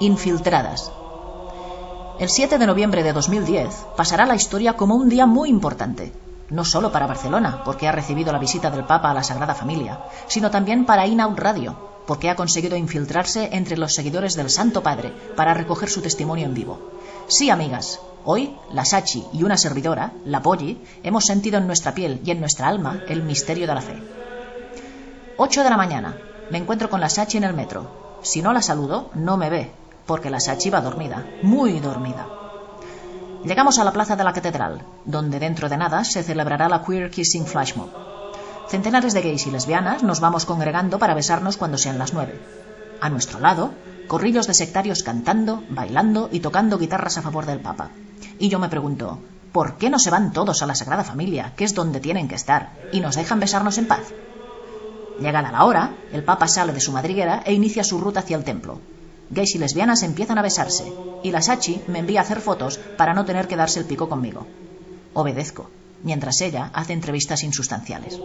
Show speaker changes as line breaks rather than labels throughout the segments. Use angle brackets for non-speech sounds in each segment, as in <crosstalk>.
Infiltradas. El 7 de noviembre de 2010 pasará a la historia como un día muy importante, no solo para Barcelona, porque ha recibido la visita del Papa a la Sagrada Familia, sino también para Inaud Radio, porque ha conseguido infiltrarse entre los seguidores del Santo Padre para recoger su testimonio en vivo. Sí, amigas, hoy la Sachi y una servidora, la Polly, hemos sentido en nuestra piel y en nuestra alma el misterio de la fe. 8 de la mañana. Me encuentro con la Sachi en el metro. Si no la saludo, no me ve, porque la Sachi va dormida, muy dormida. Llegamos a la plaza de la catedral, donde dentro de nada se celebrará la Queer Kissing Flash Mob. Centenares de gays y lesbianas nos vamos congregando para besarnos cuando sean las nueve. A nuestro lado, corrillos de sectarios cantando, bailando y tocando guitarras a favor del Papa. Y yo me pregunto, ¿por qué no se van todos a la Sagrada Familia, que es donde tienen que estar, y nos dejan besarnos en paz? Llegada la hora, el Papa sale de su madriguera e inicia su ruta hacia el templo, gays y lesbianas empiezan a besarse, y la Sachi me envía a hacer fotos para no tener que darse el pico conmigo. Obedezco, mientras ella hace entrevistas insustanciales.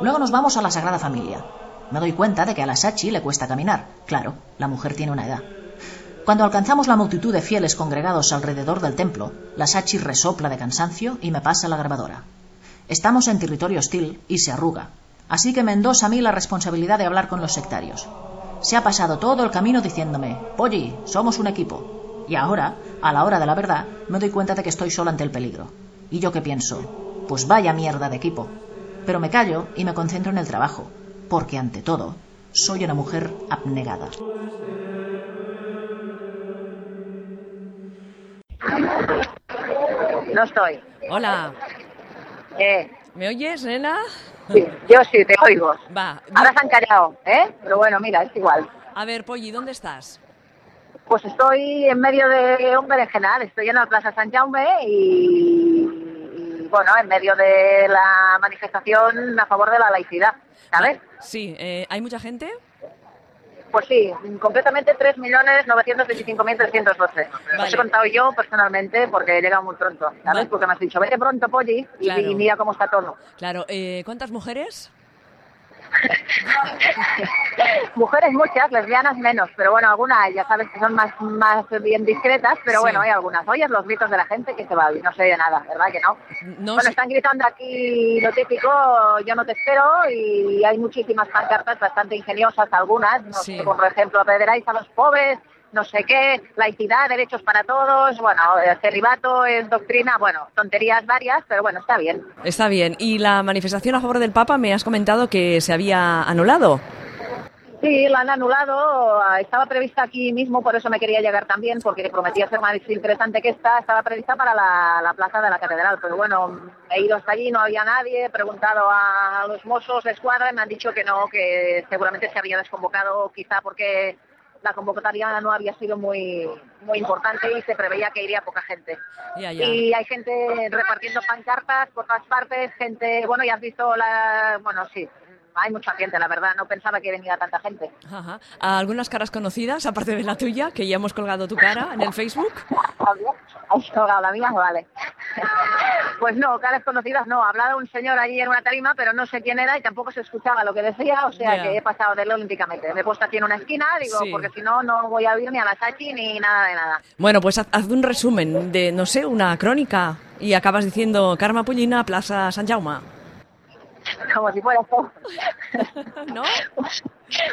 Luego nos vamos a la Sagrada Familia. Me doy cuenta de que a la Sachi le cuesta caminar. Claro, la mujer tiene una edad. Cuando alcanzamos la multitud de fieles congregados alrededor del templo, la Sachi resopla de cansancio y me pasa la grabadora. Estamos en territorio hostil y se arruga, así que me endosa a mí la responsabilidad de hablar con los sectarios se ha pasado todo el camino diciéndome, Polly, somos un equipo. Y ahora, a la hora de la verdad, me doy cuenta de que estoy sola ante el peligro. Y yo que pienso, pues vaya mierda de equipo. Pero me callo y me concentro en el trabajo, porque ante todo, soy una mujer abnegada.
No estoy.
Hola.
Eh,
¿Me oyes, nena?
sí, yo sí, te oigo.
Va. di-
Ahora se han callado, ¿eh? Pero bueno, mira, es igual.
A ver, Polly, ¿dónde estás?
Pues estoy en medio de un berenjenal, estoy en la Plaza San Jaume y, y, bueno, en medio de la manifestación a favor de la laicidad, ¿sabes?
Sí, eh, ¿hay mucha gente?
Pues sí, completamente 3.925.312. Os
Vale.
he contado yo personalmente porque he llegado muy pronto, ¿sabes?
Vale.
Porque me has dicho, vete pronto, Polly, y,
Claro.
y mira cómo está todo.
Claro, eh, ¿cuántas mujeres?
Mujeres muchas, lesbianas menos, pero bueno, algunas ya sabes que son más, más bien discretas, pero
Sí.
bueno, hay algunas. Oyes los gritos de la gente que se va y no se oye nada, ¿verdad que no?
No
bueno,
sé-
están gritando aquí lo típico, yo no te espero, y hay muchísimas pancartas bastante ingeniosas algunas, no
Sí.
sé, por ejemplo, apedreáis a los pobres, no sé qué, laicidad, derechos para todos, bueno, el celibato es doctrina, bueno, tonterías varias, pero bueno, está bien.
Está bien. ¿Y la manifestación a favor del Papa me has comentado que se había anulado?
Sí, la han anulado. Ah, Estaba prevista aquí mismo, por eso me quería llegar también, porque prometía ser más interesante que esta. Estaba prevista para la, la plaza de la catedral, pero bueno, he ido hasta allí, no había nadie. He preguntado a los mozos de escuadra y me han dicho que no, que seguramente se había desconvocado, quizá porque la convocatoria no había sido muy, muy importante y se preveía que iría poca gente.
Ya, ya.
Y hay gente repartiendo pancartas por todas partes, gente, bueno, ya has visto la, bueno, sí, hay mucha gente, la verdad, no pensaba que venía tanta gente.
Ajá. ¿Algunas caras conocidas, aparte de la tuya, que ya hemos colgado tu cara en el Facebook?
Ay, no, la mía, vale. <laughs> Pues no, caras conocidas no, hablaba un señor allí en una tarima, pero no sé quién era y tampoco se escuchaba lo que decía, o sea
Ya.
que he pasado de él olímpicamente. Me he puesto aquí en una esquina, digo,
Sí.
porque si no, no voy a ir ni a la Sachi ni nada de nada.
Bueno, pues haz, haz un resumen de, no sé, una crónica y acabas diciendo Karma Pullina, Plaza San Jaume. <laughs>
Como si fuera todo.
¿No?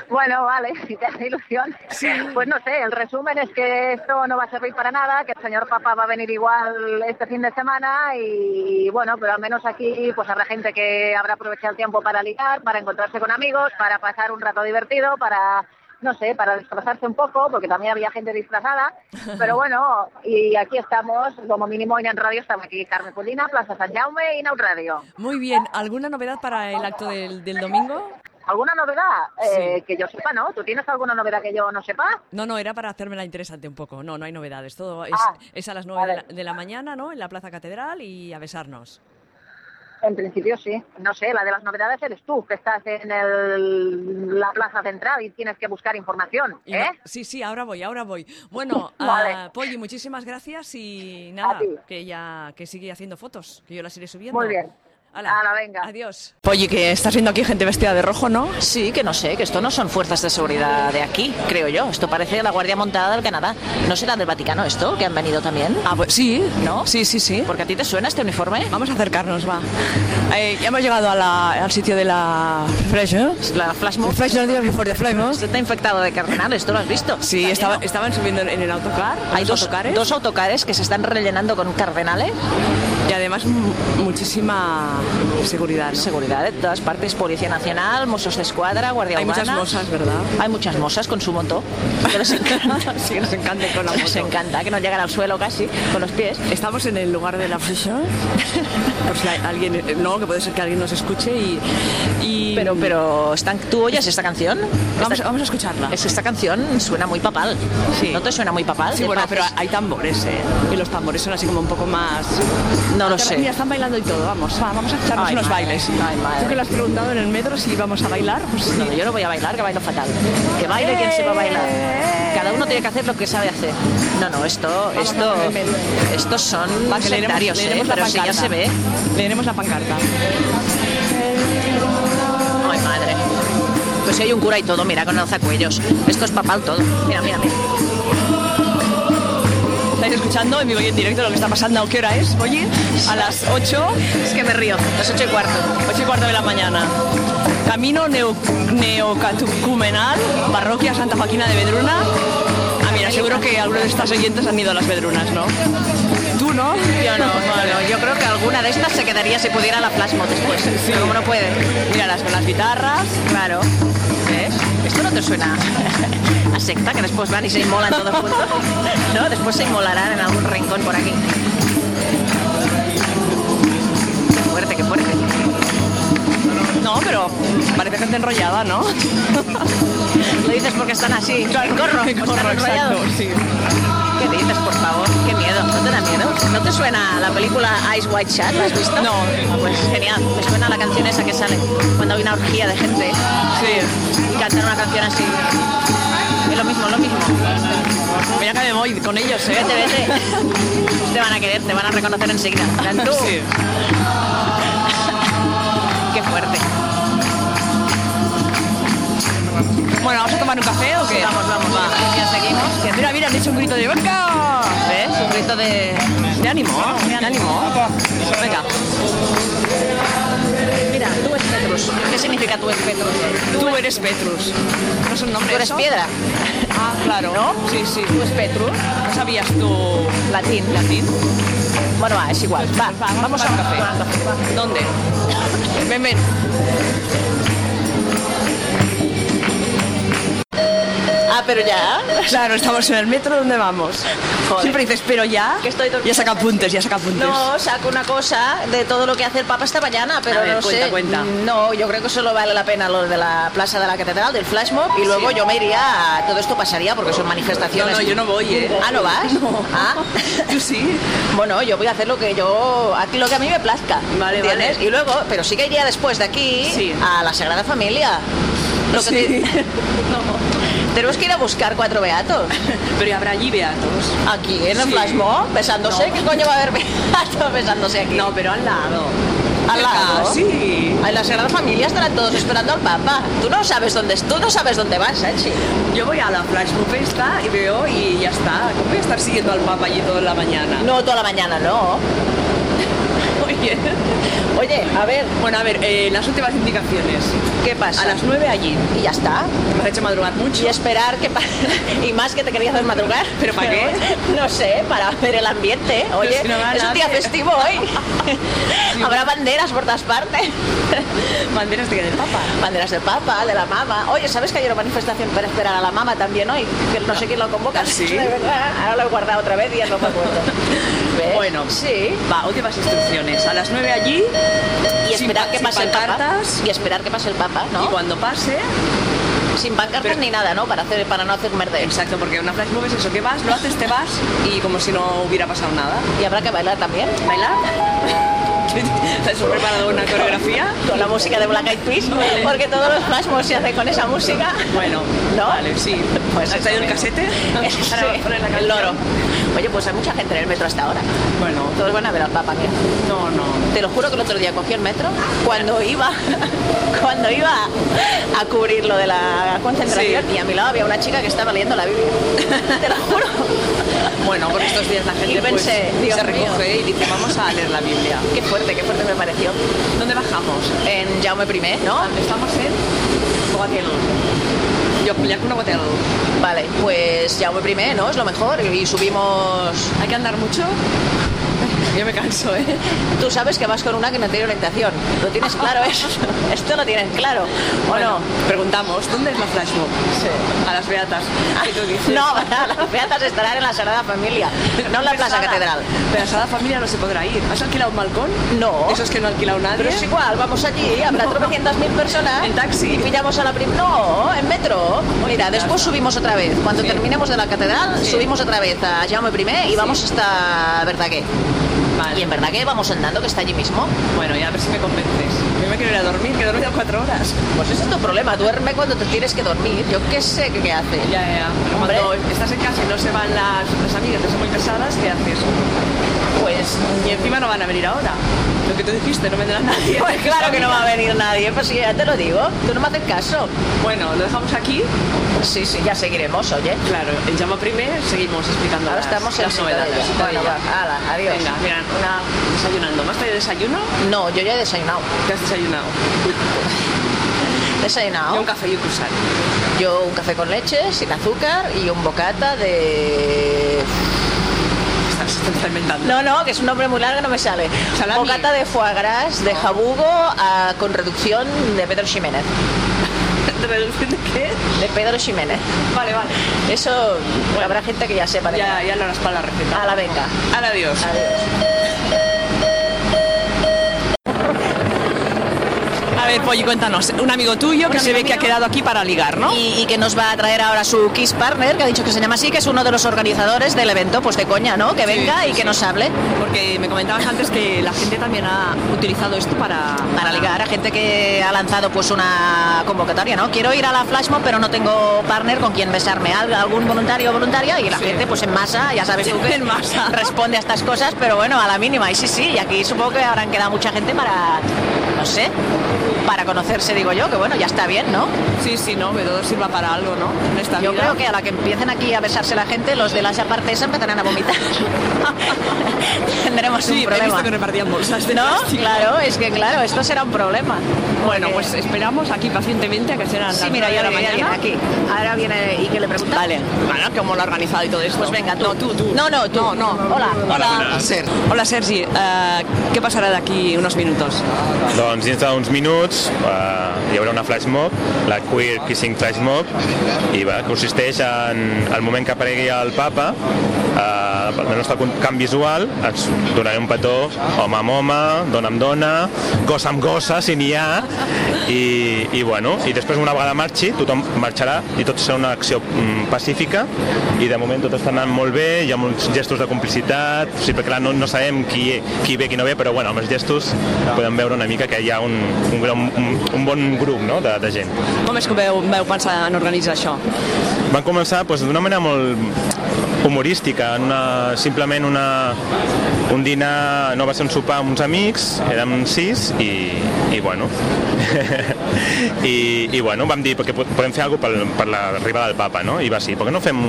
Bueno, vale, <laughs> si te hace ilusión.
Sí.
Pues no sé, el resumen es que esto no va a servir para nada, que el señor Papa va a venir igual este fin de semana y bueno, pero al menos aquí pues habrá gente que habrá aprovechado el tiempo para ligar, para encontrarse con amigos, para pasar un rato divertido, para no sé, para disfrazarse un poco, porque también había gente disfrazada, pero bueno, y aquí estamos, como mínimo hoy en radio estamos aquí, Carmen Polina, Plaza San Jaume y Nau Radio.
Muy bien. ¿Alguna novedad para el acto del, del domingo?
¿Alguna novedad? Eh,
Sí.
que yo sepa, ¿no? ¿Tú tienes alguna novedad que yo no sepa?
No, no, era para hacérmela interesante un poco. No, no hay novedades. Todo es,
Ah,
es a las 9 de la,
vale.
de la mañana, ¿no? En la Plaza Catedral y a besarnos.
En principio sí. No sé, la de las novedades eres tú, que estás en el- la plaza central y tienes que buscar información.
Y no-
¿eh?
sí, sí, ahora voy, ahora voy. Bueno,
<laughs> Vale.
ah, Polly, muchísimas gracias y nada,
ti.
que ya que sigue haciendo fotos, que yo las iré subiendo.
Muy bien.
Hala.
Hala, venga.
Adiós. Oye, que estás viendo aquí gente vestida de rojo, ¿no?
Sí, que no sé, que esto no son fuerzas de seguridad de aquí, creo yo. Esto parece la Guardia Montada del Canadá. ¿No será del Vaticano esto, que han venido también?
Ah, pues sí.
¿No?
Sí, sí, sí.
Porque a ti te suena este uniforme.
Vamos a acercarnos, va. Eh, ya hemos llegado a la- al sitio de la Freshers.
La flash mob.
Fresh Nordic Before the Flame, ¿no?
Se está infectado de cardenal, esto lo has visto.
Sí,
Está
estaba-
lleno.
estaban subiendo en el autocar.
Hay
los
dos
autocares.
dos autocares que se están rellenando con cardenales.
Y además mu- muchísima seguridad, ¿no?
Seguridad de todas partes, Policía Nacional, Mossos de Escuadra, Guardia
Hay
Urbana.
muchas mosas,
<laughs>
¿verdad?
Hay muchas mosas con su moto.
<laughs>
Que les encanta.
Sí, que les encanta con la
Les
moto.
encanta, que no llegan al suelo casi, con los pies.
Estamos en el lugar de la Freshers. <laughs> Por si hay alguien, no, que puede ser que alguien nos escuche y... y-
Pero, pero, ¿están, ¿tú oyes esta canción?
Vamos,
Esta-
vamos a escucharla.
es que esta canción suena muy papal.
Sí.
¿No te suena muy papal?
Sí,
De
bueno,
paz.
pero hay tambores, ¿eh? Y los tambores son así como un poco más...
No lo
Mira,
sé.
Mira, están bailando y todo, vamos, va, vamos a echarnos
Ay,
unos
madre,
bailes.
ay, madre.
Tú que lo has preguntado en el metro si íbamos a bailar, pues sí.
No, yo no voy a bailar, que bailo fatal. Que baile quien sepa bailar. Cada uno tiene que hacer lo que sabe hacer. No, no, esto, esto,
vamos, ven,
estos son
Va, que leeremos-
sectarios, ¿eh?
leeremos la
pero si ya
pancarta.
se ve.
Leeremos la pancarta.
Ay, madre. Pues si hay un cura y todo, mira, con alzacuellos. Esto es papal todo. Mira, mira, mira.
¿Estáis escuchando en vivo y en directo lo que está pasando? ¿Qué hora es? Oye, a las 8,
Es que me río. Las ocho y cuarto.
8 y cuarto de la mañana. Camino neo- neocatecumenal, parroquia Santa Joaquina de Vedruna. Ah, mira, seguro que algunos de estas oyentes han ido a las Vedrunas, ¿no? ¿Tú no?
Yo no, no, no. Yo creo que alguna de estas se quedaría si pudiera la plasmo después. Pero como no puede.
Mira, las, con las guitarras.
Claro. ¿Ves? Esto no te <laughs> suena a secta, que después van y se inmolan todos juntos.
<laughs>
No, después se inmolarán en algún rincón por aquí. Qué fuerte, qué fuerte.
No, pero parece gente enrollada, ¿no?
Lo dices porque están así. en
<laughs> corro,
corro, Pues están enrollados.
sí.
¿Qué dices, por favor? Qué miedo. ¿No te da miedo? ¿No te suena la película Ice White Chat? ¿La has visto?
No.
Ah, pues genial. Me suena la canción esa que sale cuando hay una orgía de gente
Sí.
y cantan una canción así. Es lo mismo, lo mismo.
Mira Pues que me voy con ellos, ¿eh?
Vete, vete. Te van a querer, te van a reconocer enseguida. Dirán, tú,
Sí.
qué fuerte.
Bueno, ¿vamos a tomar un café o qué?
Vamos, vamos, va. Ya seguimos. que-
Mira, mira, han hecho un grito de ¡Venga!
¿Ves? Un grito de...
¿Te animó? ¿Te animó?
Pues
Venga,
Mira, tú es Petrus. ¿Qué significa tú es Petrus?
tú eres Petrus. No es un nombre
Tú eres
eso?
piedra.
Ah, claro. Sí, sí.
Tú es Petrus.
¿No sabías tú
Latín.
latín?
Bueno, va, es igual. Va,
Pues va,
vamos a un
tomar
café.
¿Dónde? Ven, ven.
Ah, pero ya.
Claro, estamos en el metro, ¿dónde vamos?
Joder.
Siempre dices, pero ya.
Que estoy dormida.
ya saca apuntes, ya saca apuntes.
No, saco una cosa de todo lo que hace el Papa esta mañana, pero
A ver,
no
cuenta,
sé.
cuenta.
No, yo creo que solo vale la pena lo de la plaza de la catedral, del flash mob, y luego
Sí.
yo me iría a. Todo esto pasaría porque son manifestaciones.
No, no, yo no voy, ¿eh?
Ah, ¿no vas?
No.
Ah. <laughs>
Tú sí.
Bueno, yo voy a hacer lo que yo, a lo que a mí me plazca.
Vale,
¿entiendes?
vale.
Y luego, pero sí que iría después de aquí
Sí.
a la Sagrada Familia. Lo que
Sí.
te- Tenemos que ir a buscar cuatro beatos.
Pero habrá allí beatos.
Aquí, en el
Sí.
flash mob, Oh, besándose.
No.
¿Qué coño va a haber <laughs> beatos besándose aquí?
No, pero al lado.
¿Al lado?
Ah, Sí.
En la Sagrada Familia estarán todos esperando al Papa. Tú no sabes dónde, tú no sabes dónde vas, Sachi.
Yo voy a la flash Mob esta y veo y ya está. ¿Cómo voy a estar siguiendo al Papa allí toda la mañana?
No, toda la
<laughs>
mañana, no.
Oye.
Oye, a ver,
Bueno, a ver, eh, las últimas indicaciones.
¿qué pasa?
A las 9 allí.
Y ya está.
Me has hecho madrugar mucho.
Y esperar que... pa- <laughs> y más que te quería hacer madrugar.
¿Pero para qué?
<laughs> No sé, para ver el ambiente. Oye,
si no va
es un
nadie.
día festivo hoy. Habrá banderas por todas partes.
Banderas de que del Papa.
Banderas del Papa, de la Mama. Oye, ¿sabes que hay una manifestación para esperar a la Mama también hoy? Que no sé quién lo convoca.
¿Ah, sí?
<laughs> De verdad. Ahora lo he guardado otra vez y ya no
<laughs>
me acuerdo. ¿Ves?
Bueno.
¿eh? Sí.
Va, últimas instrucciones. A las 9 allí
Y
Sin
esperar
pa-
que
sin
pase el Papa.
pancartas.
Y esperar que pase el Papa,
y
¿no?
cuando pase.
Sin pancartas
Pero-
ni nada, ¿no? Para, hacer, para no hacer merder.
Exacto, porque una flash mob es eso, que vas, lo haces, te vas y como si no hubiera pasado nada. <laughs>
Y habrá que bailar también.
¿Bailar? ¿Has preparado una coreografía?
Con la música de Black Eyed Peas,
Vale.
porque todos los flash mobs se hacen con esa música.
Bueno,
¿No?
vale, sí.
Pues
¿Has
eso
traído el
mismo. <laughs>
casete?
Sí,
Para poner la
el
canción.
loro. Oye, pues hay mucha gente en el metro hasta ahora.
Bueno,
Todos van a ver al Papa, mira.
no, no.
Te lo juro que el otro día cogí el metro cuando iba cuando iba a cubrir lo de la concentración
Sí.
y a mi lado había una chica que estaba leyendo la Biblia. Te lo juro.
Bueno, por estos días la gente
Y pensé,
pues,
Dios
se
mío.
recoge y dice, vamos a leer la Biblia.
Qué fuerte, qué fuerte me pareció.
¿Dónde bajamos?
En Jaume I, ¿no?
Estamos en Bogatel. Yo, Llacuna Bogatel.
Vale, pues Jaume I, ¿no? Es lo mejor. Y subimos...
<laughs> ¿Hay que andar mucho? <laughs> Yo me canso, ¿eh?
Tú sabes que vas con una Ah, que no tiene orientación. ¿Lo tienes claro <laughs> eso? Esto lo tienes claro. ¿O <laughs>
Bueno,
no?
preguntamos, ¿dónde es la flash mob? A las beatas. ¿Qué tú dices?
No, las beatas estarán en la Sagrada Familia, no en la Plaza
Pesada.
Catedral.
Pero la Sagrada Familia no se podrá ir. ¿Has alquilado un balcón?
No.
Eso es que no ha alquilado nadie.
Pero es igual, vamos allí, habrá 300.000 personas.
En taxi.
Y pillamos a la primera. No, en metro. Mira, después subimos otra vez. Cuando
Sí.
terminemos de la catedral,
Sí.
subimos otra vez a Jaume I y vamos hasta Verdaguer.
Vale.
Y en Verdaguer vamos andando, que está allí mismo.
Bueno, ya a ver si me convences. Yo me quiero ir a dormir, que he dormido cuatro horas.
Pues ese es tu problema, duerme cuando te tienes que dormir. Yo qué sé qué, qué hace.
Ya, ya. Pero
Hombre.
cuando estás en casa y no se van las, las amigas que son muy casadas, ¿qué haces?
Pues,
Y encima no van a venir ahora. Lo que tú dijiste, no vendrá nadie.
<laughs> pues claro que no va a venir nadie, pues sí, ya te lo digo. Tú no me haces caso.
Bueno, lo dejamos aquí.
Sí, sí, ya seguiremos, oye.
Claro, en llama primero seguimos explicando
Ahora
las,
estamos en
las
Citadella.
novedades.
Bueno, va, ala, adiós.
Venga, mira, una desayunando. ¿Más traído desayuno?
No, yo ya he desayunado.
¿Qué has desayunado? Yo
Desayunado.
un café y un croissant.
Yo un café con leche, sin azúcar y un bocata de...
Estás, estás inventando. <laughs>
No, no, que es un nombre muy largo, no me sale.
Salami.
Bocata de foie gras, de jabugo, a- con reducción de Pedro Ximénez.
¿De reducción de qué?
De Pedro Ximénez.
Vale, vale.
Eso habrá gente que ya sepa de
Ya, ya lo harás para la receta.
qué. A la venga.
Ahora adiós.
Adiós.
A ver, Polly, cuéntanos. Un amigo tuyo que se ve que ha quedado aquí para ligar, ¿no?
y, y que nos va a traer ahora su Kiss Partner, que ha dicho que se llama así, que es uno de los organizadores del evento, pues de coña, ¿no? Que venga
sí,
y que nos hable
Porque me comentabas antes que la gente también ha utilizado esto para...
para ligar a gente que ha lanzado pues una convocatoria, ¿no? Quiero ir a la Flashmob, pero no tengo partner con quien besarme, Al- algún voluntario o voluntaria y la
Sí.
gente pues en masa, ya sabes tú que
<laughs> En masa.
responde a estas cosas, pero bueno, a la mínima y sí, sí, y aquí supongo que habrán quedado mucha gente para no sé, para conocerse, digo yo, que bueno, ya está bien, ¿no?
Sí, sí, no, que todo sirva para algo, ¿no? En esta
Yo
vida.
creo que a la que empiecen aquí a besarse la gente, los de las apartes empezarán a vomitar. <laughs> Tendremos
Sí,
un
he visto
problema.
que repartían bolsas de <laughs>
¿No?
plástico.
Claro, es que claro, esto será un problema.
Bueno,
Porque-
pues esperamos aquí pacientemente a que sean
Sí,
las
mira,
nueve
ya,
de la
ya viene
mañana.
aquí. Ahora viene y que le pregunta.
Vale, bueno, cómo lo ha organizado y todo esto.
Pues venga, tú.
No, tú, tú.
No, no, tú.
No, no.
Hola.
Hola, Sergi. Hola, Sergi. Eh, ¿Qué pasarà d'aquí uns minuts?
Doncs dins d'uns minuts eh, hi haurà una flash mob, la Queer Kissing Flash Mob, i va, consisteix en el moment que aparegui el papa, eh, el nostre con- camp visual, ens donaré un petó home amb home, dona amb dona, gossa amb gossa, si n'hi ha, i, i, bueno, i després una vegada marxi, tothom marxarà i tot serà una acció mm, pacífica i de moment tot està anant molt bé, hi ha molts gestos de complicitat, sí, perquè clar, no, no sabem qui, qui ve, qui no ve, però bueno, amb els gestos podem veure una mica que hi ha un, un, gran, un, un bon grup no, de, de gent.
Com és que veu, veu pensar en organitzar això?
van començar doncs, d'una manera molt humorística, en una, simplement una, un dinar, no va ser un sopar amb uns amics, érem sis i, i bueno <laughs> I, i bueno, vam dir que podem fer alguna cosa per, per l'arribada del papa no? i va ser, perquè no fem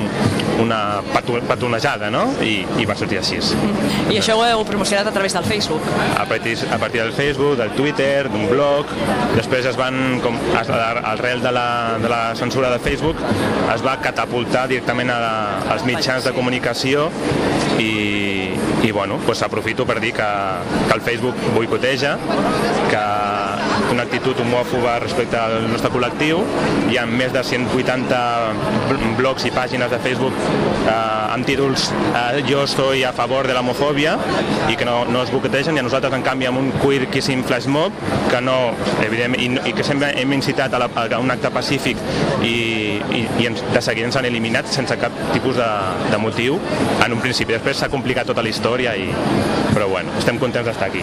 una patu, patonejada no? I, i va sortir així
I això ho heu promocionat a través del Facebook.
a partir, a partir del Facebook, del Twitter, d'un blog, després es van, com, a- a- arrel de la, de la censura de Facebook, es va catapultar directament a la, als mitjans de comunicació i, i bueno, doncs aprofito per dir que, que el Facebook boicoteja, que té una actitud homòfoba respecte al nostre col·lectiu. Hi ha més de 180 bl- blogs i pàgines de Facebook eh, amb títols eh, jo estoy a favor de l'homofòbia i que no, no es boquetegen i a nosaltres en canvi amb un queer kissing flash mob que no, evident, i, no- i que sempre hem incitat a, la, a un acte pacífic i, i, i ens, de seguida ens han eliminat sense cap tipus de, de motiu en un principi. Després s'ha complicat tota la història, i, però bueno, estem contents d'estar aquí.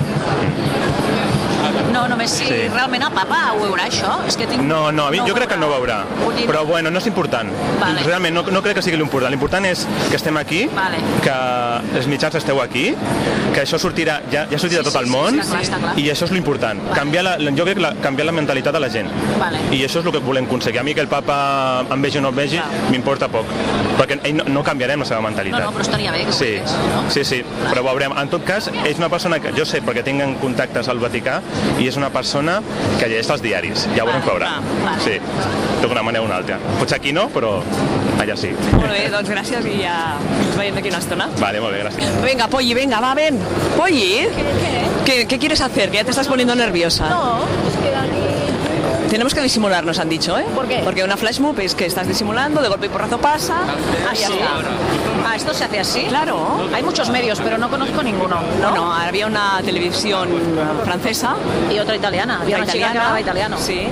No, només si
Sí.
realment el papa ho veurà, això. És que tinc...
No, no, a mi,
ho
jo crec que no
veurà.
veurà,
Vull dir-
però bueno, no és important.
Vale.
Realment no, no crec que sigui l'important. L'important és que estem aquí,
Vale.
que els mitjans esteu aquí, que això sortirà, ja, ja
Sí,
sortirà a tot
sí,
el
sí,
món,
està clar, està clar.
i això és l'important. Canviar la, la- jo crec la, canviar la mentalitat de la gent.
Vale.
I això és el que volem aconseguir. A mi que el papa em vegi o no em vegi,
Clar.
m'importa poc, perquè ell no, no canviarem la seva
No,
mentalitat.
no, però estaria bé que ho
Sí,
fes, no?
sí, sí, però ho veurem. En tot cas, és una persona que jo sé perquè tinc contactes al Vaticà i és una persona que llegeix els diaris. Ja ho veurem
Vale,
veurà.
va, vale.
Sí, d'una manera o una altra. Potser aquí no, però allà sí.
Molt bé, doncs gràcies i ja ens veiem d'aquí una estona.
Vale, molt bé, gràcies.
Venga, Polly, venga, va, ven. Polly, ¿qué, qué quieres hacer? Que ya te estás poniendo nerviosa.
No,
Oh,
pues queda aquí.
Tenemos que disimular, nos han dicho, ¿eh?
¿Por qué?
Porque una flash move es que estás disimulando, de golpe y porrazo pasa.
Ah, sí. Ah, esto se hace así.
Claro.
Hay muchos medios, pero no conozco ninguno.
No, había una televisión francesa,
Y otra italiana. Había una
la
chica que hablaba italiano.
Sí.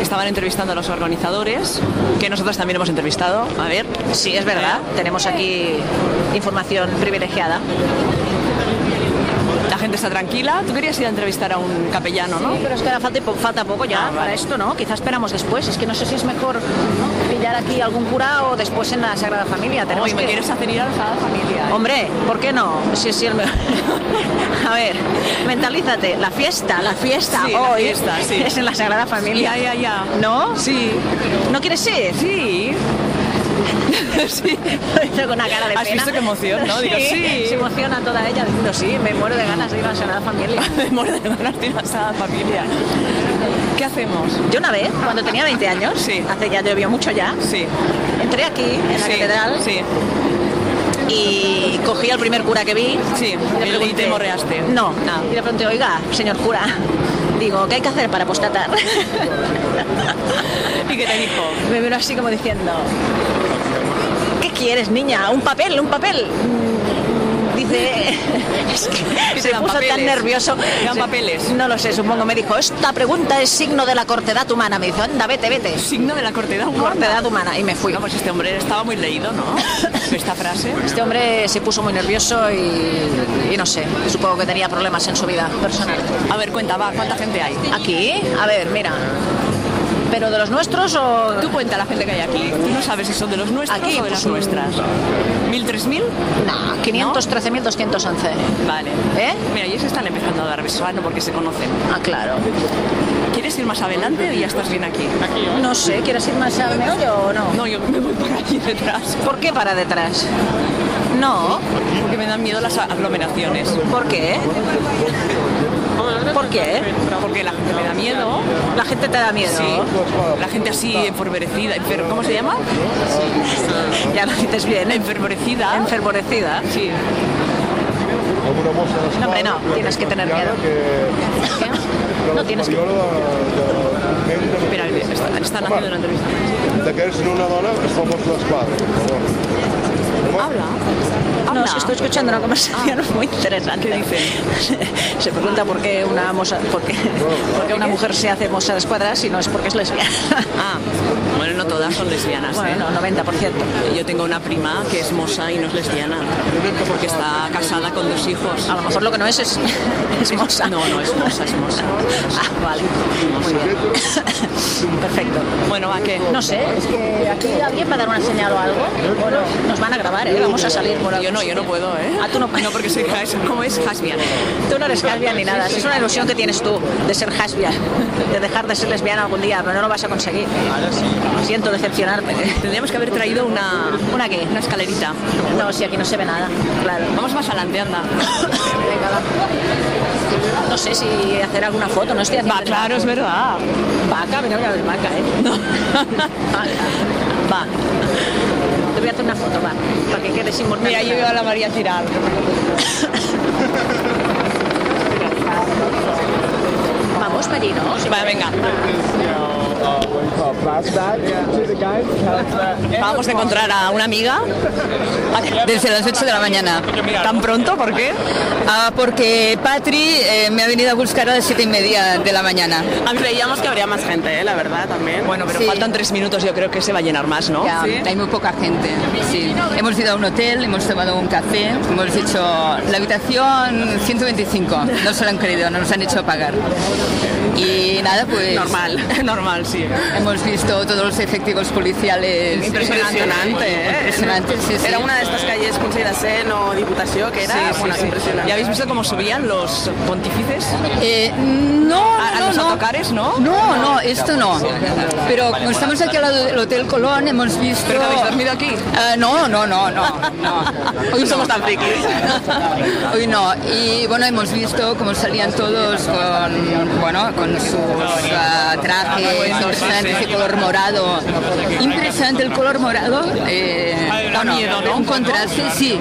Estaban entrevistando a los organizadores, que nosotros también hemos entrevistado. A ver.
Sí, es verdad. Eh, Tenemos aquí información privilegiada.
La gente está tranquila. Tú querías ir a entrevistar a un capellano, ¿no?
Pero es que ahora falta, po- falta poco ya para esto, ¿no? Quizá esperamos después. Es que no sé si es mejor ¿no? pillar aquí algún cura o después en la Sagrada Familia. Tenemos
Oye, me
que-
quieres hacer ir a la Sagrada Familia. ¿eh?
Hombre, ¿por qué no? Sí, sí, el me- <laughs> A ver, mentalízate. La fiesta, la fiesta
Sí, la
hoy
fiesta, sí.
<laughs> es en la Sagrada Familia.
Ya, ya, ya.
¿No?
Sí.
¿No quieres ir?
Sí. sí.
Yo con una cara de
¿Has
pena.
visto qué emoción, no?
<laughs>
Digo, sí.
Se emociona toda ella diciendo, sí, me muero de ganas de ir a la Sagrada Familia.
<laughs> Me muero de ganas de ir a la Sagrada Familia. ¿Qué hacemos?
Yo una vez, cuando tenía 20 años,
Sí.
hace ya llovió mucho ya,
Sí.
entré aquí, en la
sí,
catedral,
Sí.
y cogí al primer cura que vi.
Sí,
le
y
pregunté-
te morreaste.
No.
Ah.
Y le pregunté, oiga, señor cura, digo, ¿qué hay que hacer para apostatar?
<laughs> ¿Y qué te dijo?
Me vino así como diciendo, ¿qué quieres, niña? Un papel, un papel. Mm, Dice, <laughs> es
Que
que
te
se
dan
puso tan
papeles.
nervioso.
Te dan
Sí.
papeles.
No lo sé, supongo. Me dijo, esta pregunta es signo de la cortedad humana. Me dijo, anda, vete, vete.
Signo de la cortedad
Cortedad humana. Y me fui.
No, pues este hombre estaba muy leído, <laughs> ¿no? Esta frase.
Este hombre se puso muy nervioso y, y no sé, supongo que tenía problemas en su vida personal.
A ver, cuenta, va, ¿cuánta gente hay?
Aquí, a ver, mira. ¿Pero de los nuestros o...?
Tú cuenta la gente que hay aquí. mm. Tú no sabes si son de los nuestros
Aquí,
o de
pues,
las nuestras. ¿Mil, tres mil?
No, 513.211.
Vale.
¿Eh?
Mira, ellos están empezando a dar beso ah, no, porque se conocen.
Ah, claro.
¿Quieres ir más adelante o ya estás bien aquí?
No sé, ¿quieres ir más al meollo o no?
No, yo me voy por allí detrás.
¿Por qué para detrás? No,
Porque me dan miedo las aglomeraciones.
¿por qué? ¿Por qué?
Porque la gente me da miedo.
La gente te da miedo.
Sí. La gente así enfervorecida. enfer- ¿Cómo se llama?
Ya lo dices bien, ¿eh?
Enfervorecida.
enfervorecida.
sí.
No, hombre, no, tienes que tener miedo. ¿Qué? No tienes que...
Espera, est- están haciendo una entrevista.
De que és una dona que fa Mossos d'Esquadra. per favor.
Ah,
Habla.
No,
Habla.
es que estoy escuchando una
Ah.
conversación muy interesante.
¿Qué dicen?
<laughs> Se pregunta por qué una mosa, por qué, por qué una mujer se hace mosa de escuadra si no es porque es
<laughs>
lesbiana.
Ah, bueno, no todas son lesbianas. ¿eh?
Bueno, no, 90%.
Yo tengo una prima que es mosa y no es lesbiana, porque está casada con dos hijos.
A lo mejor lo que no es es, es mosa.
No, no, es mosa, es mosa.
Ah, vale. Muy bien. Perfecto.
Bueno, ¿a qué?
No sé, es que aquí alguien va a dar una señal o algo. Bueno, nos van a grabar, ¿eh? Vamos a salir por
yo no, yo no puedo, ¿eh?
Ah, tú no-
No, porque soy has- ¿Cómo es lesbiana?
Tú no eres lesbiana ni nada, es una ilusión que tienes tú de ser lesbiana, de dejar de ser lesbiana algún día, pero no lo vas a conseguir. Siento ¿eh? decepcionarte.
Tendríamos que haber traído una,
¿Una qué?
una escalerita.
No, si aquí no se ve nada, claro.
Vamos más adelante, anda.
No sé si hacer alguna foto, no estoy haciendo.
Va, claro, es verdad. <laughs>
Vaca, mira, mira, vaca, ¿eh? Va. Te voy a hacer una foto, va, para que quedes inmortal.
Mira, yo veo a la María Giral.
Vamos, Pellino.
Vale, venga.
Up.
Acabamos de encontrar a una amiga desde las 8 de la mañana. ¿Tan pronto? ¿Por qué?
Ah, porque Patri eh, me ha venido a buscar a las siete y media de la mañana.
Creíamos que habría más gente, ¿eh? la verdad, también.
Bueno, pero
Sí.
faltan tres minutos, yo creo que se va a llenar más, ¿no?
Ya, hay muy poca gente. sí. Hemos ido a un hotel, hemos tomado un café, hemos dicho la habitación 125. No se lo han creído, no nos han hecho pagar. Y nada, pues.
Normal, <laughs> normal, sí.
Hemos visto todos los efectivos policiales.
Impressionante, eh?
Impresionante, sí, sí.
Era una de estas calles Consell de Cent o Diputació, que era
Sí, sí,
bueno,
sí.
impressionant.
¿Ya habéis visto cómo subían los pontífices?
Eh, no,
Ah, A- a
no,
los
no.
autocares, ¿no?
No, no, esto no. Pero como estamos aquí al lado del Hotel Colón, hemos visto...
¿Pero que habéis dormido aquí?
Ah, no, no, no, no, no.
Hoy somos tan frikis.
Hoy no. Y bueno, hemos visto cómo salían todos con, bueno, con sus ah, trajes, impresionante ese color morado. Impresionante el color morado. eh,
Da miedo, ¿no?
Un contraste, sí.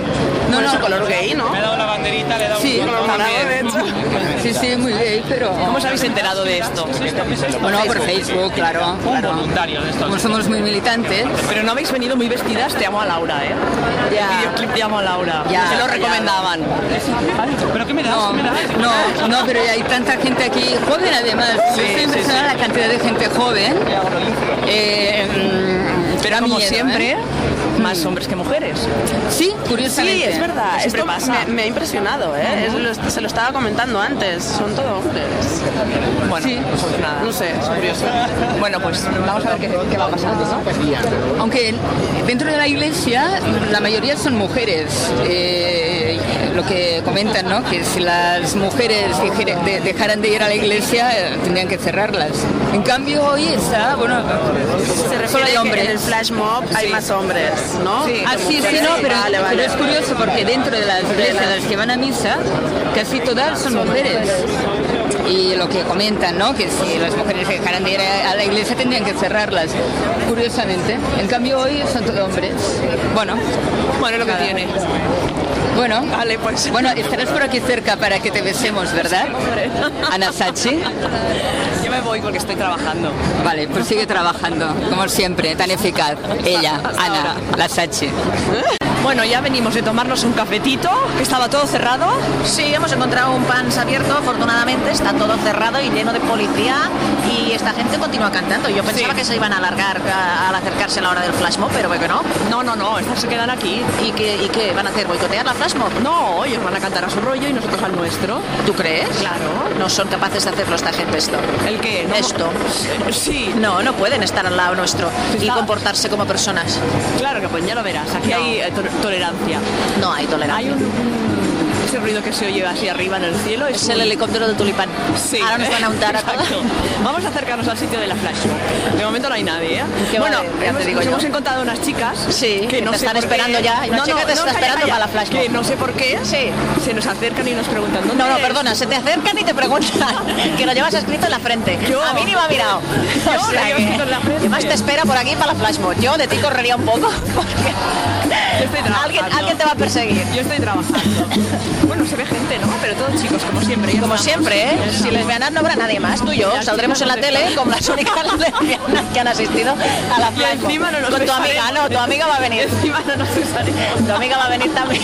No, no, color gay, ¿no? Sí, sí, sí, muy gay, pero...
¿Cómo os habéis enterado de esto?
Bueno, por Facebook, claro. claro. Como somos muy militantes.
Pero no habéis venido muy vestidas, te amo a Laura, ¿eh?
Ya.
Videoclip te amo a Laura.
Ya,
Se lo
ya.
recomendaban. ¿Pero qué me das?
No, no, no, pero ya hay tanta gente aquí, joven además. Yo estoy impresionada la cantidad de gente joven. Eh, mm, pero a
Como
miedo, ¿eh?
siempre, más hombres que mujeres.
Sí,
Sí,
curiosamente.
es verdad.
Siempre
Esto
pasa.
Me, me ha impresionado, ¿eh? Es lo- se lo estaba comentando antes. Son todo hombres.
Bueno, pues nada.
No sé, es curioso.
Bueno, pues vamos a ver qué, qué va a pasar, ¿no?
Aunque dentro de la iglesia la mayoría son mujeres. eh, lo que comentan, ¿no? Que si las mujeres dijera- de- dejaran de ir a la iglesia eh, tendrían que cerrarlas. En cambio hoy está, bueno, solo hay hombres.
En el flash mob hay más hombres, ¿no? Que
Ah, sí, sí,
mujeres.
no, pero,
Vale, vale.
pero es curioso porque dentro de las iglesias a las que van a misa, casi todas son mujeres. Y lo que comentan, ¿no? Que si las mujeres dejaran de ir a a la iglesia tendrían que cerrarlas, curiosamente. En cambio hoy son todos hombres. Bueno,
Bueno, es lo que tiene.
bueno.
Vale, pues.
Bueno, estarás por aquí cerca para que te besemos, ¿verdad? Ana Sachi.
Yo me voy porque estoy trabajando.
Vale, pues sigue trabajando, como siempre, tan eficaz. Ella, Ana, la Sachi.
Bueno, ya venimos de tomarnos un cafetito, que estaba todo cerrado.
Sí, hemos encontrado un pan abierto, afortunadamente está todo cerrado y lleno de policía y esta gente continúa cantando. Yo pensaba
Sí.
que se iban a alargar a- al acercarse a la hora del flash mob, pero veo que no.
No, no, no, estas se quedan aquí.
¿Y qué, y qué van a hacer? ¿Boicotear la flash mob?
No, ellos van a cantar a su rollo y nosotros al nuestro.
¿Tú crees?
Claro.
No son capaces de hacerlo esta gente esto.
¿El qué? No,
Esto.
Sí,
No, no pueden estar al lado nuestro y
Está-
comportarse como personas.
claro que pues ya lo verás. Aquí
No.
hay eh, to- tolerancia.
No hay tolerancia.
Hay un... Ese ruido que se oye así arriba en el cielo es,
Es el
un-
helicóptero del tulipán.
Sí.
Ahora nos van a untar a todos.
<laughs> Exacto. Vamos a acercarnos al sitio de la flash. show. De momento no hay nadie, ¿eh?
¿Qué va
bueno,
a haber? Ya
hemos,
te digo
nos
yo.
hemos encontrado unas chicas
Sí, que te
sé
están
por qué-
esperando ya. Y una chica te está
calla,
esperando
calla.
para la flash mob.
Que no sé por qué
Sí.
se nos acercan y nos preguntan dónde
No, no,
eres?".
perdona, se te acercan y te preguntan <laughs> que lo llevas escrito en la frente.
Yo.
A mí ni me ha mirado.
<laughs> Yo lo llevo escrito en la frente.
y además te espera por aquí para la flash mob. Yo de ti correría un poco <laughs> porque
estoy trabajando.
alguien, alguien te va a perseguir.
Yo estoy trabajando. bueno, se ve gente, ¿no? Pero todos chicos, como siempre. ya
Como
estamos.
siempre, ¿eh? si lesbianas no habrá nadie más, tú y yo
Las
saldremos en la
chicas no te-
tele como las únicas
<laughs>
lesbianas que han asistido a la
Y
flash mob.
encima no nos
Con tu amiga, no,
besaremos.
tu amiga va a venir.
<laughs> Encima no nos usaremos.
Tu amiga va a venir
<laughs>
también.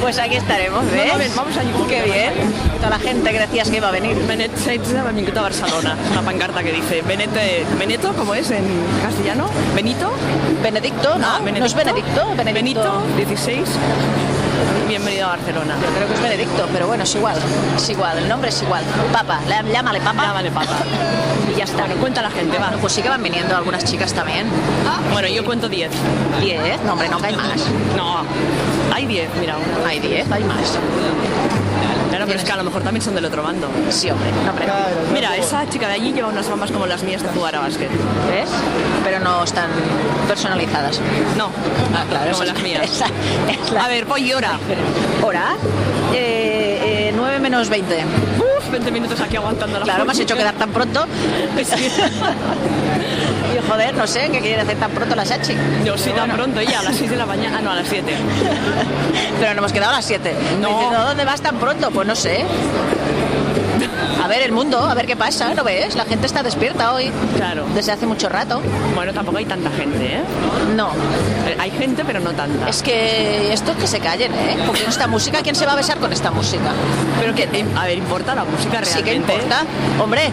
Pues aquí estaremos,
no,
¿ves?
ven, ¿Eh? vamos allí.
Qué bien. Toda la gente que decías que iba a venir.
Benet Saitza va vingut a Barcelona. Es una pancarta que dice Benete, Beneto, ¿cómo es en castellano? Benito.
Benedicto, ¿no?
Ah,
¿No es Benedicto?
Benito, 16. Bienvenido a Barcelona.
Yo creo que es Benedicto, pero bueno, es igual. Es igual, el nombre es igual. Papa, la- llámale papa.
Llámale papa.
Y ya está.
Cuenta la gente, va.
Bueno, pues sí que van viniendo algunas chicas también.
Bueno, yo cuento 10.
Diez. No, hombre, no, que hay más.
No, hay 10, mira. una.
Hay diez, hay más.
Claro, pero es que a lo mejor también son del otro bando.
Sí, hombre, no, hombre.
Mira, esa chica de allí lleva unas bambas como las mías de jugar a básquet.
¿Ves? Pero no están personalizadas.
No,
Ah, claro.
como
esas-
las mías.
esa- es la-
A ver, voy hora.
<laughs> ¿Hora? Eh, eh, 9 menos 20.
Uf, 20 minutos aquí aguantando la
Claro, me has hecho quedar tan pronto.
<laughs> Sí.
Y joder, no sé, ¿qué quiere hacer tan pronto la Sachi?
Yo sí, tan pronto, ya, a las 6 de la mañana. Ah, no, a las 7.
Pero no hemos quedado a las 7.
No.
¿Dónde vas tan pronto? Pues no sé. a ver el mundo, a ver qué pasa, ¿no ves? La gente está despierta hoy.
Claro.
Desde hace mucho rato.
Bueno, tampoco hay tanta gente, ¿eh?
No.
Hay gente, pero no tanta.
Es que estos que se callen, ¿eh? Porque esta música, ¿quién se va a besar con esta música?
Pero que, eh, a ver, importa la música realmente.
Sí que importa. Hombre,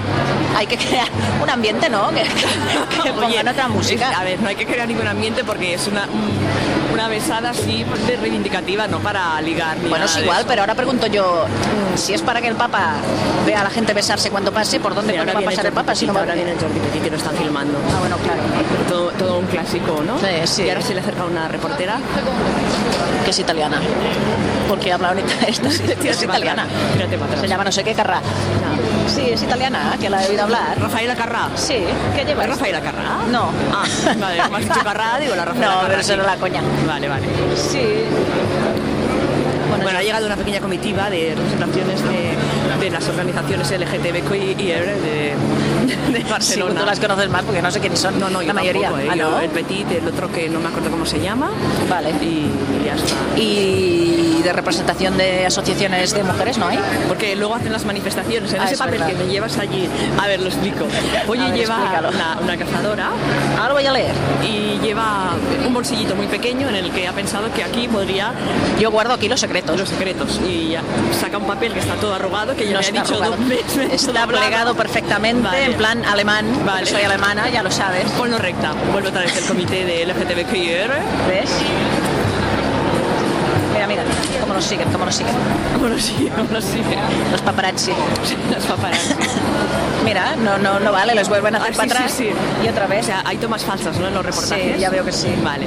hay que crear un ambiente, ¿no? Que,
<laughs>
que <laughs> pongan
Oye,
otra
es-
música.
a ver, no hay que crear ningún ambiente porque es una, un- una besada así de reivindicativa, no para ligar. Ni
Bueno,
nada
es
de
igual,
eso.
pero ahora pregunto yo, mm, si es para que el Papa vea a la gente besarse cuando pase, ¿por dónde
Mira,
coño va a
viene
pasar el
Jordi
Papa? Si
Petit,
no va
ahora viene Jordi Petit que lo están filmando.
Ah, bueno, claro.
Todo, todo un clásico, ¿no?
Sí, sí.
Y ahora se le acerca una reportera.
Que es italiana. Porque habla ahorita <laughs> esta, esta es
Tírate para
italiana.
atrás, Tírate para atrás.
Se llama no sé qué Carrà. Sí, es italiana, que la he oído hablar.
Eh, Rafaela Carrá.
Sí, ¿qué lleva?
¿Es Rafaela Carrá?
No.
Ah,
<laughs>
vale, como has dicho Carrá, digo la Rafaela
No,
Carrá,
pero eso
sí.
no la coña.
Vale, vale.
Sí. Bueno,
Bueno, ha llegado una pequeña comitiva de representaciones de, de las organizaciones LGTBQIR de, de Barcelona.
sí, tú las conoces más porque no sé quiénes son.
No, no, yo
la mayoría.
tampoco, ¿eh?
Ah,
Yo,
¿no?
El Petit, el otro que no me acuerdo cómo se llama.
Vale.
Y ya está.
Y de representación de asociaciones de mujeres, ¿no hay?
Porque luego hacen las manifestaciones. En
Ah,
ese
es
papel
verdad.
que me llevas allí. A ver, lo explico. Oye,
A ver,
lleva
explícalo.
una, una cazadora
Ahora voy a leer.
y lleva un bolsillito muy pequeño en el que ha pensado que aquí podría
Yo guardo aquí los secretos.
los secretos. Y ya saca un papel que está todo arrugado, que ya
No
me ha
está
dicho
arrugado.
dos veces.
Está plegado perfectamente,
Vale.
en plan alemán. porque
Vale.
Soy alemana, ya lo sabes.
Ponlo recta. Vuelvo otra vez el comité de LGTBQIR.
¿Ves? Mira, mira, cómo nos siguen, cómo nos siguen.
Bueno, sí, bueno, sí.
Los paparazzi.
<laughs> Las paparazzi.
Mira, no, no, no vale, los vuelven a hacer
Ah,
para
sí,
atrás.
sí, sí.
Y otra
O
vez.
sea, hay tomas falsas, ¿no? En los reportajes.
Sí, ya veo que sí.
Vale.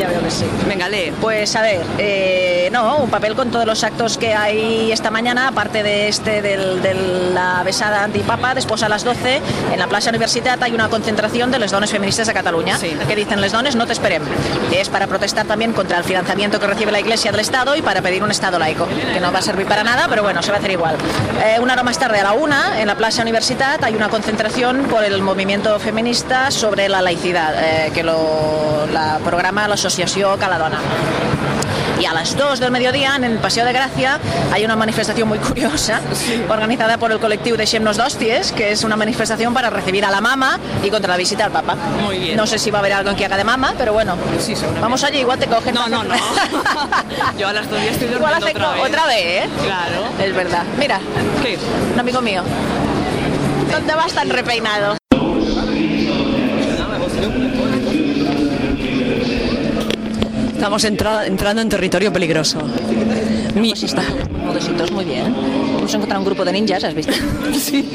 Ya veo que sí.
Venga, lee.
Pues a ver, eh, no, un papel con todos los actos que hay esta mañana, aparte de este del- de la besada antipapa, después a las 12 en la Plaza Universitat hay una concentración de les dones feministas de Cataluña,
Sí.
que dicen les dones no te esperem, que es para protestar también contra el financiamiento que recibe la Iglesia del Estado y para pedir un Estado laico, que no va a servir para nada, pero bueno, se va a hacer igual. Eh, una hora más tarde, a la una, en la Plaza Universitat hay una concentración por el movimiento feminista sobre la laicidad, eh, que lo la programa la Asociación Caladona. Y a las 2 del mediodía, en el Paseo de Gracia, hay una manifestación muy curiosa organizada por el colectivo de Xemnos d'Hòsties, que es una manifestación para recibir a la mama y contra la visita al Papa.
Muy bien.
No sé si va a haber alguien que haga de mama, pero bueno.
Sí, seguramente.
Vamos allí, igual te cogen.
No, no, no. Yo a las dos ya estoy
<laughs>
durmiendo
igual hace
otra
co-
vez.
otra vez, ¿eh?
Claro.
Es verdad. Mira,
¿Qué?
un amigo mío. ¿Dónde vas tan repeinado?
Estamos entrando en territorio peligroso. Mi...
Pues está. Modositos, muy bien. Hemos encontrado un grupo de ninjas, ¿has visto?
<laughs> Sí.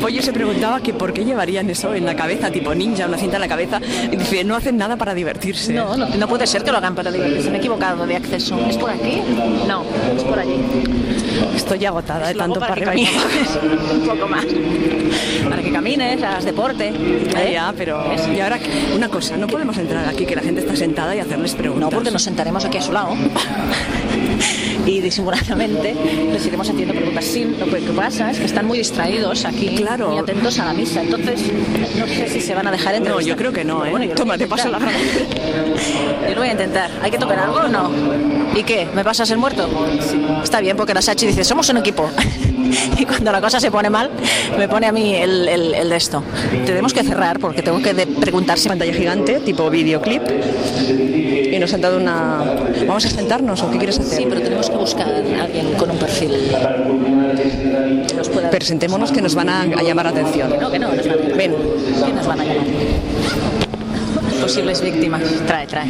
Pues yo se preguntaba que por qué llevarían eso en la cabeza, tipo ninja, una cinta en la cabeza. Y dice, no hacen nada para divertirse.
No, no, no puede ser que lo hagan para divertirse. Me he equivocado de acceso. ¿Es por aquí? No, es por allí.
Estoy agotada de
Lo hago
tanto para
para que
arriba y
<laughs>
para abajo.
camines un poco más. Para que camines, hagas deporte.
Ya,
<laughs> ¿eh?
ya, pero... Y ahora, una cosa, no podemos entrar aquí que la gente está sentada y hacerles preguntas.
No, porque nos sentaremos aquí a su lado. <laughs> Y disimuladamente les iremos haciendo preguntas. Sí, lo que pasa es que están muy distraídos aquí,
Claro.
muy atentos a la misa. Entonces, no sé si se van a dejar
No,
entrevistar.
yo creo que no, ¿eh?
Pero bueno, yo lo
Toma,
voy a
te paso la
intentar.
mano.
Yo lo voy a intentar. ¿Hay que tocar algo o no? ¿Y qué? ¿Me vas a ser muerto? Está bien, porque la Sachi dice, somos un equipo. <laughs> y cuando la cosa se pone mal, me pone a mí el, el, el de esto. Tenemos que cerrar porque tengo que de- preguntar si...
pantalla gigante, tipo videoclip. Y nos han dado una... ¿Vamos a sentarnos o qué quieres hacer?
Sí, pero tenemos que buscar a alguien con un perfil que nos pueda...
Pero sentémonos que nos van a, a llamar la atención.
No, que no, nos van a llamar.
Ven.
¿Qué nos van a llamar? Posibles víctimas. Trae, trae.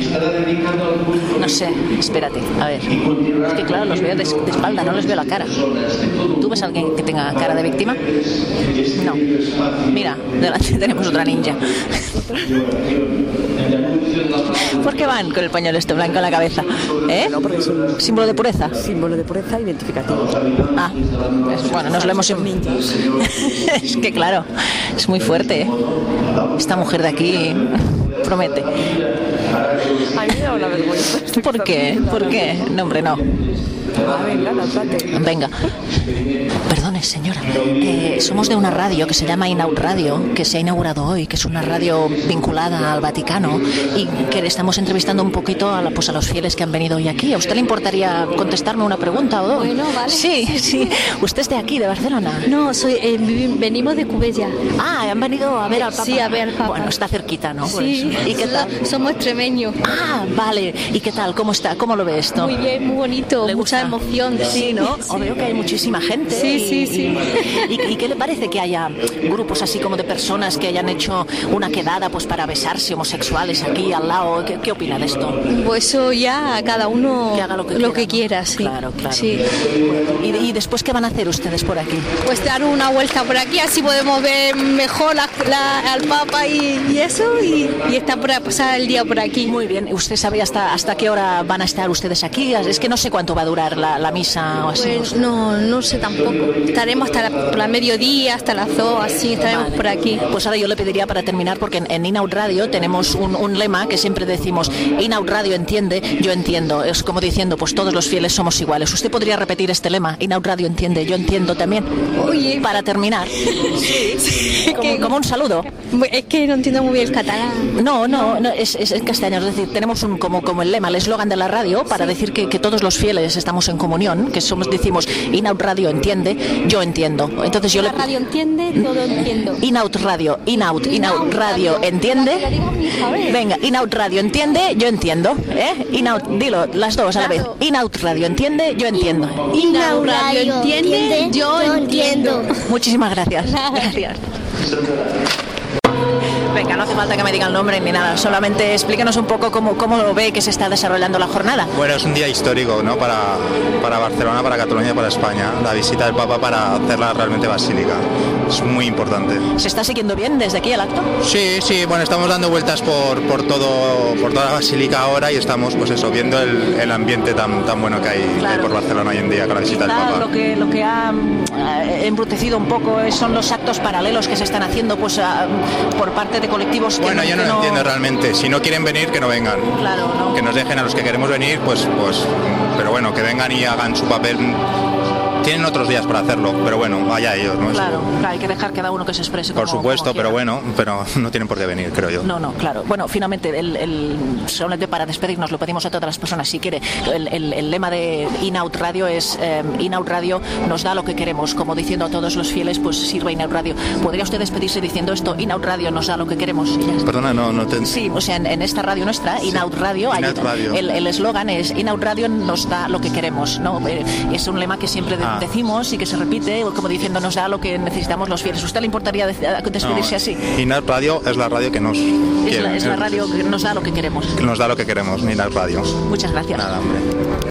No sé, espérate, a ver. Es que claro, los veo de, de espalda, no les veo la cara. ¿Tú ves a alguien que tenga cara de víctima? No. Mira, delante <laughs> tenemos otra ninja. ¿Por qué van con el pañuelo este blanco en la cabeza? ¿Eh? ¿Símbolo de pureza?
Símbolo de pureza identificativo.
Ah, es- bueno, nos lo hemos... <laughs> es que claro, es muy fuerte. ¿eh? Esta mujer de aquí promete.
A mí me da una vergüenza.
¿Por qué? ¿Por qué? No, hombre, no. Venga. Perdone, señora. Eh, somos de una radio que se llama Inaut Radio, que se ha inaugurado hoy, que es una radio vinculada al Vaticano y que le estamos entrevistando un poquito a, la- pues, a los fieles que han venido hoy aquí. ¿A usted le importaría contestarme una pregunta o dos?
Bueno, vale.
Sí, sí. ¿Usted es de aquí, de Barcelona?
No, soy, eh, vi- venimos de Cubella.
Ah, han venido a ver al Papa.
Sí, a ver al Papa.
Ah, Bueno, está cerquita, ¿no? Por
Sí,
eso. ¿Y qué tal?
so- somos extremeños.
Ah, vale. ¿Y qué tal? ¿Cómo está? ¿Cómo lo ve esto?
Muy bien, muy bonito,
¿Le
mucha
gusta?
emoción.
Sí, ¿no? O veo que hay muchísima gente.
Sí,
y-
sí, sí.
Y, y- ¿y qué le parece que haya grupos así como de personas que hayan hecho una quedada pues para besarse homosexuales aquí al lado? ¿Qué, qué opina de esto?
Pues eso ya a cada uno
Que haga lo que quiera, ¿no?
quiera, sí.
Claro, claro.
Sí.
¿Y, y después qué van a hacer ustedes por aquí?
Pues dar una vuelta por aquí, así podemos ver mejor la- la- al Papa y, y eso, y, y estar por pasar el día por aquí.
Muy bien. ¿Usted sabe hasta, hasta qué hora van a estar ustedes aquí? Es que no sé cuánto va a durar la, la misa o así. no
Pues
sé.
no, no sé tampoco. Estaremos hasta la, por la mediodía, hasta las dos, así estaremos
Vale.
por aquí.
Pues ahora yo le pediría para terminar, porque en, en Inaud Radio tenemos un, un lema que siempre decimos, Inaud Radio entiende, yo entiendo. Es como diciendo, pues todos los fieles somos iguales. Usted podría repetir este lema, Inaud Radio entiende, yo entiendo también.
Oye.
Para
<laughs>
terminar, como,
que-
como un saludo.
Es que no entiendo muy bien el catalán.
No, no, no, es, es en castellano, es decir, tenemos un, como, como el lema, el eslogan de la radio para decir que, que todos los fieles estamos en comunión, que somos, decimos, Inaud Radio entiende, yo entiendo. Entonces yo
La
le...
radio entiende, todo entiendo.
Inaut Radio, Inaut, Inaut
Inaud
Radio,
Radio.
¿entiende?
La que diga mi hija, a ver.
Venga, Inaut Radio, ¿entiende? Yo entiendo, ¿eh? Inaut, dilo, las dos a la vez.
Claro.
Inaut Radio, ¿entiende? Yo entiendo.
Inaud Radio entiende, yo entiendo.
Muchísimas
<laughs>
gracias.
Gracias.
Venga, no hace falta que me diga el nombre ni nada, solamente explíquenos un poco cómo, cómo lo ve que se está desarrollando la jornada.
Bueno, es un día histórico ¿no? para, para Barcelona, para Cataluña y para España. La visita del Papa para hacerla realmente basílica. Es muy importante.
¿Se está siguiendo bien desde aquí el acto?
Sí, sí, bueno, estamos dando vueltas por, por, todo, por toda la basílica ahora y estamos, pues eso, viendo el, el ambiente tan, tan bueno que hay que hay
Claro.
por Barcelona hoy en día con la visita del
Quizá
Papa.
lo que, lo que ha mm, eh, embrutecido un poco eh, son los actos paralelos que se están haciendo pues, ah, por parte de colectivos que
Bueno, yo no
que
lo entiendo realmente. Si no quieren venir, que no vengan.
Claro, no.
Que nos dejen a los que queremos venir, pues, pues, pero bueno, que vengan y hagan su papel. Tienen otros días para hacerlo, pero bueno, vaya ellos, ¿no? Es-
Claro, claro, hay que dejar cada uno que se exprese.
Por
como-
supuesto,
como
pero
quiera.
bueno, pero <laughs> no tienen por qué venir, creo yo.
No, no, claro. Bueno, finalmente, el, el- solamente para despedirnos, lo pedimos a todas las personas si quiere. El, el- el lema de Inaut Radio es eh, Inaut Radio nos da lo que queremos. Como diciendo a todos los fieles, pues sirve Inaut Radio. ¿Podría usted despedirse diciendo esto? Inaut Radio nos da lo que queremos. y ya está.
Perdona, no, no te...
Sí, o sea, en, en esta radio nuestra, Inaut Radio,
Inaud Radio.
el el eslogan es Inaut Radio nos da lo que queremos, ¿no? Eh, Es un lema que siempre de-
Ah.
decimos y que se repite, como diciendo nos da lo que necesitamos los fieles. ¿Usted le importaría dec-
no, eh,
despedirse así?
Inar Radio es la radio que nos
Es
quiere, eh,
la, es la radio que nos da lo que queremos.
que nos da lo que queremos, Inar Radio.
Muchas gracias.
Nada, hombre.